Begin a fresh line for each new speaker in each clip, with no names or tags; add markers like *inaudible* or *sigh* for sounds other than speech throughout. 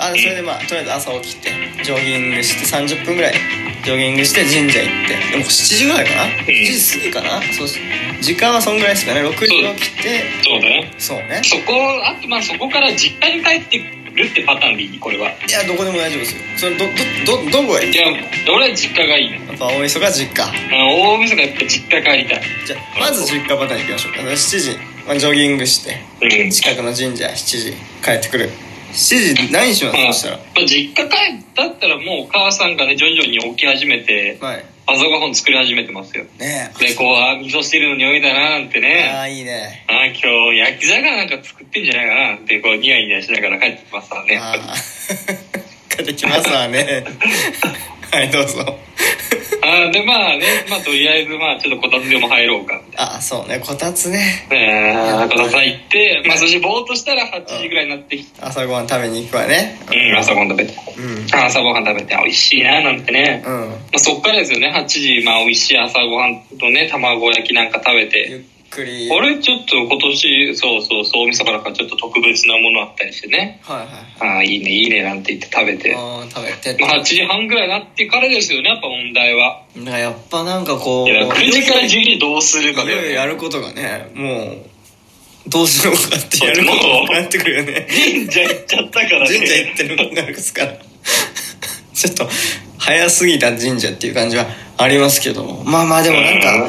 とりあえず朝起きてジョギングして30分ぐらいジョギングして神社行ってでも7時ぐらいかな、7時過ぎかなそう時間はそんぐらいですかね6時に起きて
そうだね
そうね
そこあとまあそこから実家に帰ってくるってパターンでいいこれはい
やどこでも大丈夫ですよそれどどどどこへ
い
行
や俺は実家がいいね
くやっぱ大晦日実家
あの大晦日やっぱ実家帰りたい
じゃあまず実家パターン行きましょうか7時、まあ、ジョギングして
うん
近くの神社7時帰ってくる7時何しますそしたら
まあ、実家帰ったったらもうお母さんがね徐々に起き始めて
はい
パソコン作り始めてますよ
ね
でこうあー味噌汁の匂いだななんて
えあ
ね
あいいね
あー今日焼き魚なんか作ってんじゃないかなってこうニヤニヤしながら帰ってきますからね
あ
*laughs*
あ帰ってきますわ *laughs* ねはいどうぞ
あーでまあねまあとりあえずまあちょっとこたつでも入ろうか
あそうねこたつね
えー、こたつ入ってまあそしてぼーっとしたら8時ぐらいになってきて、
朝ごはん食べに行くわね
うん、朝ごはん食べて
うん
あー朝ごはん食べてあ美味しいななんてね、ま
うん
あ、そっからですよね8時まあ美味しい朝ごはんとね卵焼きなんか食べて
ゆっくり
これちょっと今年そうそうそう大晦日だからちょっと特別なものあったりしてね
はいはい
ああいいねいいねなんて言って食べて、
ああ食べて
まあ、8時半ぐらいになってからですよねやっぱ問題は
なんかやっぱなんかこう
いや9時から12時どうするか
い
だ
ろいろや
よね
ることがねもうどうしようかってやること
もう
になってくるよね
神社行っちゃったからね
神社行ってるのになるですから *laughs* ちょっと早すぎた神社っていう感じはありますけどまあまあでもなんか、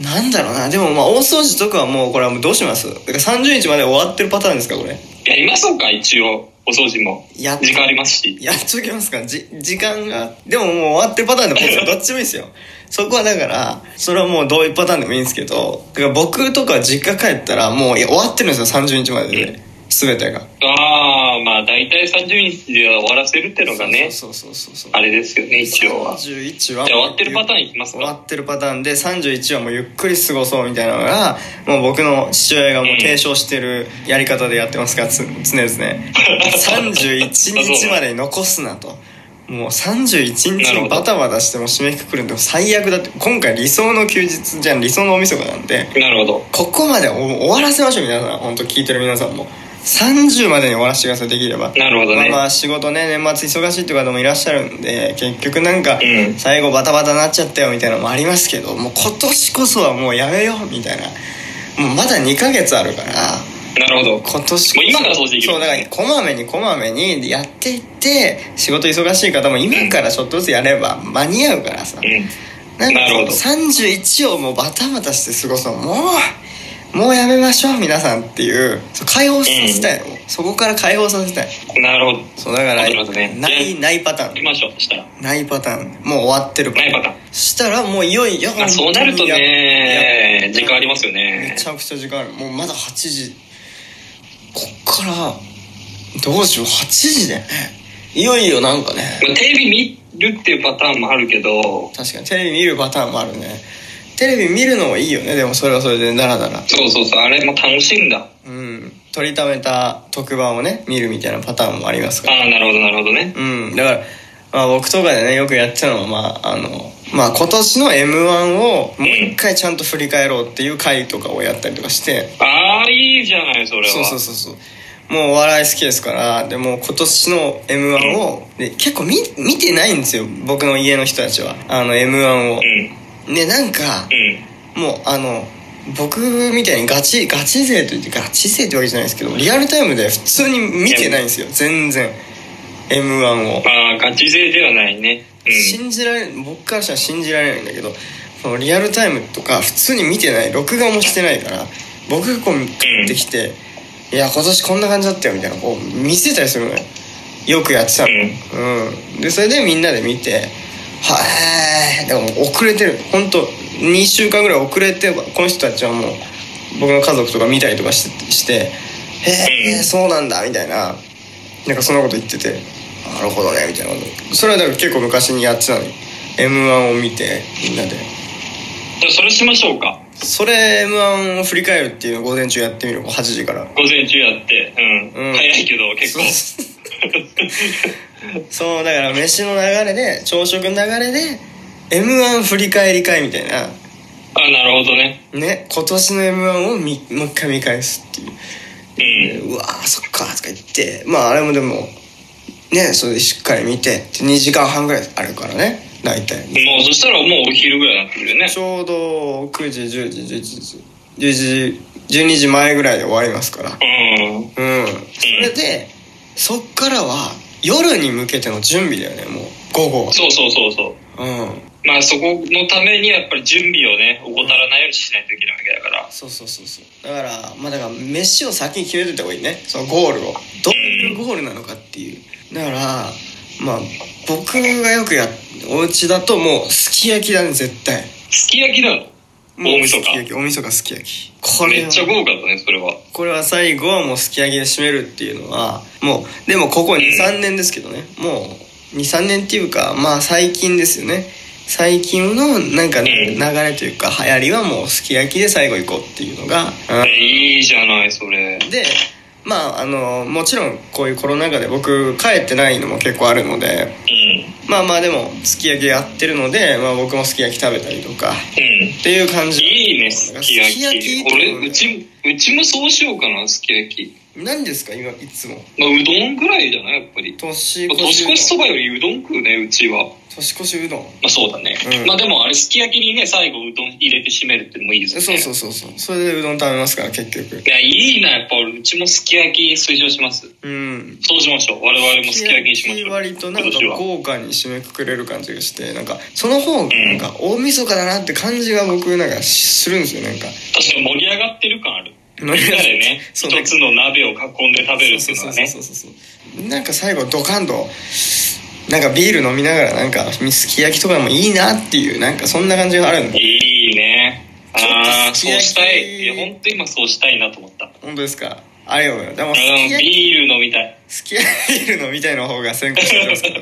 なんだろうなでもまあ大掃除とかはもうこれはもうどうしますだから30日まで終わってるパターンですかこれ
いや今そうか一応お掃除も
やっ
時間ありますし
やっときますかじ時間がでももう終わってるパターンでも
*laughs*
どっちもいいですよそこはだからそれはもうどういうパターンでもいいんですけどだから僕とか実家帰ったらもういや終わってるんですよ30日までで全てが
ああまあ大体30日で終わらせるってのがね
そうそうそうそう
あれですよね一応は
31は
じゃあ終わってるパターンいきます
終わ
か
ってるパターンで31はもうゆっくり過ごそうみたいなのがもう僕の父親がもう提唱してるやり方でやってますからつ常
*laughs*
々ね31日までに残すなともう31
な
日
るほ
に
ど
バタバタしてもう締めくくるんでも最悪だって今回理想の休日じゃん理想のおみそかなんで
なるほど
ここまでお終わらせましょう皆さん本当聞いてる皆さんも30までに終わらせてくださいできれば
なるほどね
まあまあ仕事ね年末忙しいって方もいらっしゃるんで結局なんか
うん
最後バタバタなっちゃったよみたいなのもありますけどもう今年こそはもうやめようみたいなもうまだ2ヶ月あるから
なるほど
今年こそ
もう今から掃除できる
そうだからこまめにこまめにやっていって仕事忙しい方も今からちょっとずつやれば間に合うからさ、
うん
なんか
なるほど
31をもうバタバタして過ごすのもうもうやめましょう皆さんっていうそう解放させたいの、そこから解放させたい
なるほど
そうだから
なるほどね
ない
じ
ないパタ
行き
ーン
ましょうそしたら
ないパターンもう終わってる
ないパターン
したらもういよいよ
まあそうなるとね
いや
時間ありますよね
めちゃくちゃ時間あるもうまだ8時こっからどうしよう8時だよねいよいよなんかね
まあテレビ見るっていうパターンもあるけど
確かにテレビ見るパターンもあるねテレビ見るのもいいよねでもそれはそれでダラダラ
そうそうそうあれも楽しいんだあ
うん取りためた特番をね見るみたいなパターンもありますから
あなるほどなるほどね
うんだから、まあ、僕とかでねよくやってたのはまああのまあ今年の m 1をもう一回ちゃんと振り返ろうっていう回とかをやったりとかして
ああいいじゃないそれは
そうそうそうそうもうお笑い好きですからでもう今年の m 1をで結構見見てないんですよ僕の家の人たちはあの m 1を
うん
でなんか
うん
もうあの僕みたいにガチガチ勢と言ってガチ勢ってわけじゃないですけどリアルタイムで普通に見てないんですよ全然 m 1を
まあガチ勢ではないねうん
信じられ僕からしたら信じられないんだけどそのリアルタイムとか普通に見てない録画もしてないから僕がこう買ってきて「いや今年こんな感じだったよ」みたいなこう見せたりするのよよくやってたのうんでそれでみんなで見て「はい」でももう遅れてる本当2週間ぐらい遅れてこの人たちはもう僕の家族とか見たりとかしてして「へ
う
え
ん
そうなんだ」みたいななんかそんなこと言ってて「なるほどね」みたいなことそれはだから結構昔にやってたのよ m 1を見てみんなで
じゃあそれしましょうか
それ m 1を振り返るっていうのを午前中やってみる8時から
午前中やってうん、
うん
早いけど結構
そうだから飯の流れで朝食の流れで m 1振り返り会みたいな
*laughs* あなるほどね
ね今年の m 1をみもう一回見返すっていう
うん
うわーそっかとか言ってまああれもでもねそれでしっかり見てで2時間半ぐらいあるからね大体
もうそしたらもうお昼ぐらいになってくるよね
ちょうど9時10時11時10時12時前ぐらいで終わりますから
うん
うんそれでそっからは夜に向けての準備だよねもう午後は
そうそうそうそう
うん
まあそこのためにやっぱり準備をね怠らないようにしないといけないわけだから
そうそうそうそうだからまあだから飯を先に決めといた方がいいねそのゴールをどういうゴールなのかっていうだからまあ僕がよくやお家だともうすき焼きだね絶対
すき焼きなの
もう
大晦日
すき焼き大晦日すき焼きこ
め
れ
っちゃ
は
豪華だねそれは
これは最後はもうすき焼きで締めるっていうのはもうでもここ23年ですけどねもう23年っていうかまあ最近ですよね最近のなんかね
うん
流れというか流行りはもうすき焼きで最後行こうっていうのが、うん
えいいじゃないそれ
でまああのもちろんこういうコロナ禍で僕帰ってないのも結構あるので
うん
まあまあでもすき焼きやってるので、まあ、僕もすき焼き食べたりとかっ
うん
ていう感じ
いいねすき焼き
すき焼き
俺うちうちもそうしようかなすき焼き、
何ですか今いつも
まあ、うどんぐらいじゃないやっぱり
年越し
年
うどん
越しそばよりうどん食うねうちは
年越しうどん
まあそうだね、
うん
まあでもあれすき焼きにね最後うどん入れて締めるってのもいいです
そ
ね
うそうそうそうそれでうどん食べますから結局
いやいいなやっぱ俺うちもすき焼き推奨します
うん
そうしましょう我々もすき焼きにしましょう
割となんか
今年は
豪華に締めくくれる感じがしてなんかその方がなんか大晦日だなって感じが僕なんかするんですよなんか
確かに盛り上がってる感ある
み
みんなでね
*laughs* そ
一
うなんか
つの鍋を囲んで食べるっていうのはね
そうそうそうそうなんか最後ドカンとなんかビール飲みながらなんかすき焼きとかもいいなっていうなんかそんな感じがあるんで
いいねああ
ち
そ
ょっ
う
とす
し
き
た
焼き
いいや本当今そうしたいなと思った
本当ですかありがとうございますでも
う
すき
ん
焼き
ビール飲みた
*laughs*
い
すき焼きビールのみたいな方が先行してますけ
*laughs*
ど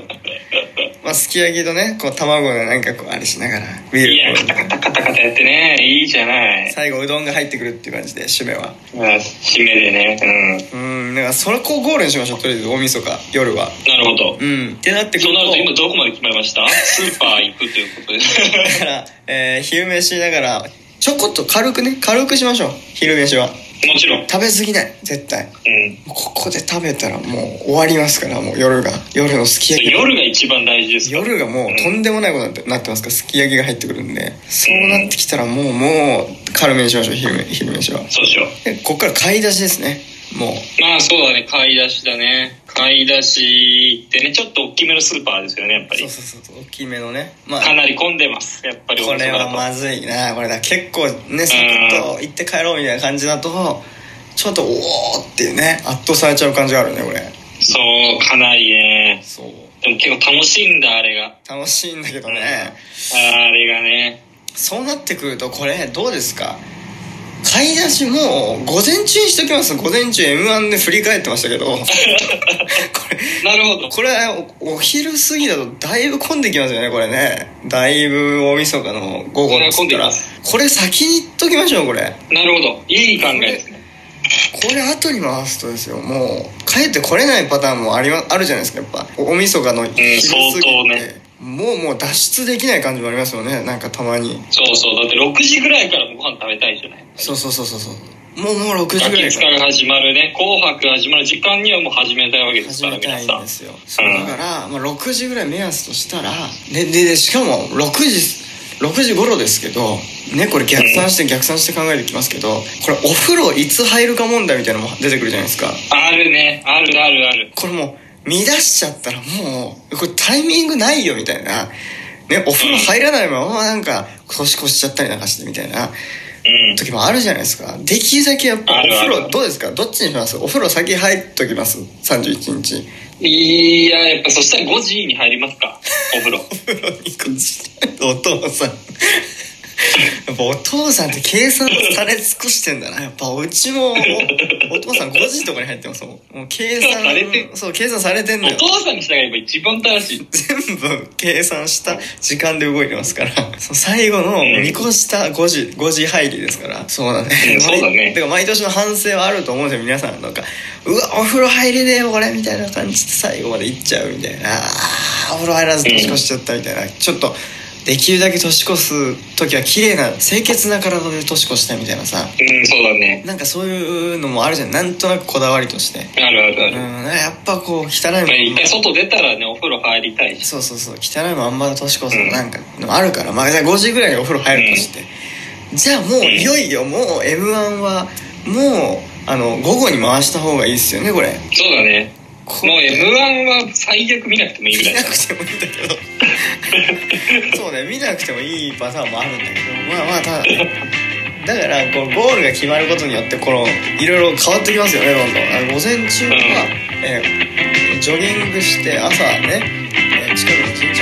まあすき焼きとねこう卵のなんかこうあれしながらビー
いや
ル
カタカタカタカタやってねいいじゃない
最後うどんが入ってくるっていう感じで締めは
あ締めでね
うんなんかそれこうゴールにしましょうとりあえず大晦日夜は
うんなるほど
うんってなってく
そう
る
なると今
と
どこまで決まりましたスーパー行くということで *laughs*
だから、えー昼飯ながらちょこっと軽くね軽くしましょう昼飯は
もちろんうん
食べ過ぎない絶対ここで食べたらもう終わりますからもう夜が夜のすき焼き
夜が一番大事ですから
夜がもうとんでもないことになってなってますからすき焼きが入ってくるんでそうなってきたらもうもう軽めにしましょう昼め昼飯は
そうしよう
でこっから買い出しですねもう
まあそうだね買い出しだね買い出しってねちょっと大きめのスーパーですよねやっぱ
そう
り
そうそう大きめのねまあ
かなり混んでますやっぱり
これは
あ
まずいなこれだ結構ねサクッと行って帰ろうみたいな感じだとちょっとおおっていうね圧倒されちゃう感じがあるねこれ
そうかなりね
そう
でも結構楽しいんだあれが
楽しいんだけどね
あれがね
そうなってくるとこれどうですか買い出しもう午前中にしときます午前中 m 1で振り返ってました
*laughs*
けどこれ
なるほど
これおお昼過ぎだとだいぶ混んできますよねこれねだいぶ大晦日の午後の
混んできます
これ先に言っときましょうこれ
なるほどいい考えですね
これ後に回すとですよもう帰ってこれないパターンもありまあるじゃないですかやっぱ大晦日の昼過ぎって、
相当ね
もうもう脱出できない感じもありますよねなんかたまに
そうそうだって6時ぐらいからもご飯食べたいじゃない
そうそうそうそうそうもうもう6時
ガ
ぐら
キ
い
使
から
が始まるね紅白が始まる時間にはもう始めたいわけで
始
すから
め
皆
たい
さ
ん
ん
ですよそうだから、まあ、6時ぐらい目安としたらでででしかも6時6時頃ですけどねこれ逆算して逆算して考えてきますけどこれお風呂いつ入るか問題みたいなのも出てくるじゃないですか
あるねあるあるある
これもう乱しちゃったらもうこれタイミングないよみたいな、ね、お風呂入らないままなんか年越しちゃったりなんかしてみたいな
うん
時もあるじゃないですかできるだけやっぱお
あるあ
風
る
呂どうですかどっちにしますお風呂先入っときます31日
いややっぱそしたら5時に入りますかお風呂
お風呂にこっちお父さんやっぱお父さんって計算され尽くしてんだなやっぱうちもおお父さん5時とかに入ってますもんもう計算
されて
*laughs* そう計算されてんだ
お
よ
父さんに従えば一番正しい。
全部計算した時間で動いてますからそう最後の見越した5時5時入りですからそうだね
うんそうだね
毎から毎年の反省はあると思うんですよ皆さんなんかうわお風呂入れねえよ俺みたいな感じで最後まで行っちゃうみたいなあーお風呂入らず年越しちゃったみたいなちょっとできるだけ年越す時は綺麗な清潔な体で年越したいみたいなさ
うん、そうだね。
なんかそういうのもあるじゃんなんとなくこだわりとして
あるあるあ
うん
る。
やっぱこう汚
やっぱ
い
り
も
一
ん
回外出たらね、お風呂入りたいし。
そうそうそう汚いまんまの年越すのなんかのあるから、まあ5時ぐらいにお風呂入るとして、じゃあもういよいよもう m 1はもうあの午後に回した方がいいですよねこれ
そうだね。
こ
もう M1 は最悪見なくてもいいぐら
見
い
な
だ。
くてもいいんだけ *laughs* どそうね見なくてもいいパターンもあるんだけどまあまあただだからこうゴールが決まることによってこのいろいろ変わってきますよねどんどんあの午前中は、えージョギングして朝ね、えー近くの神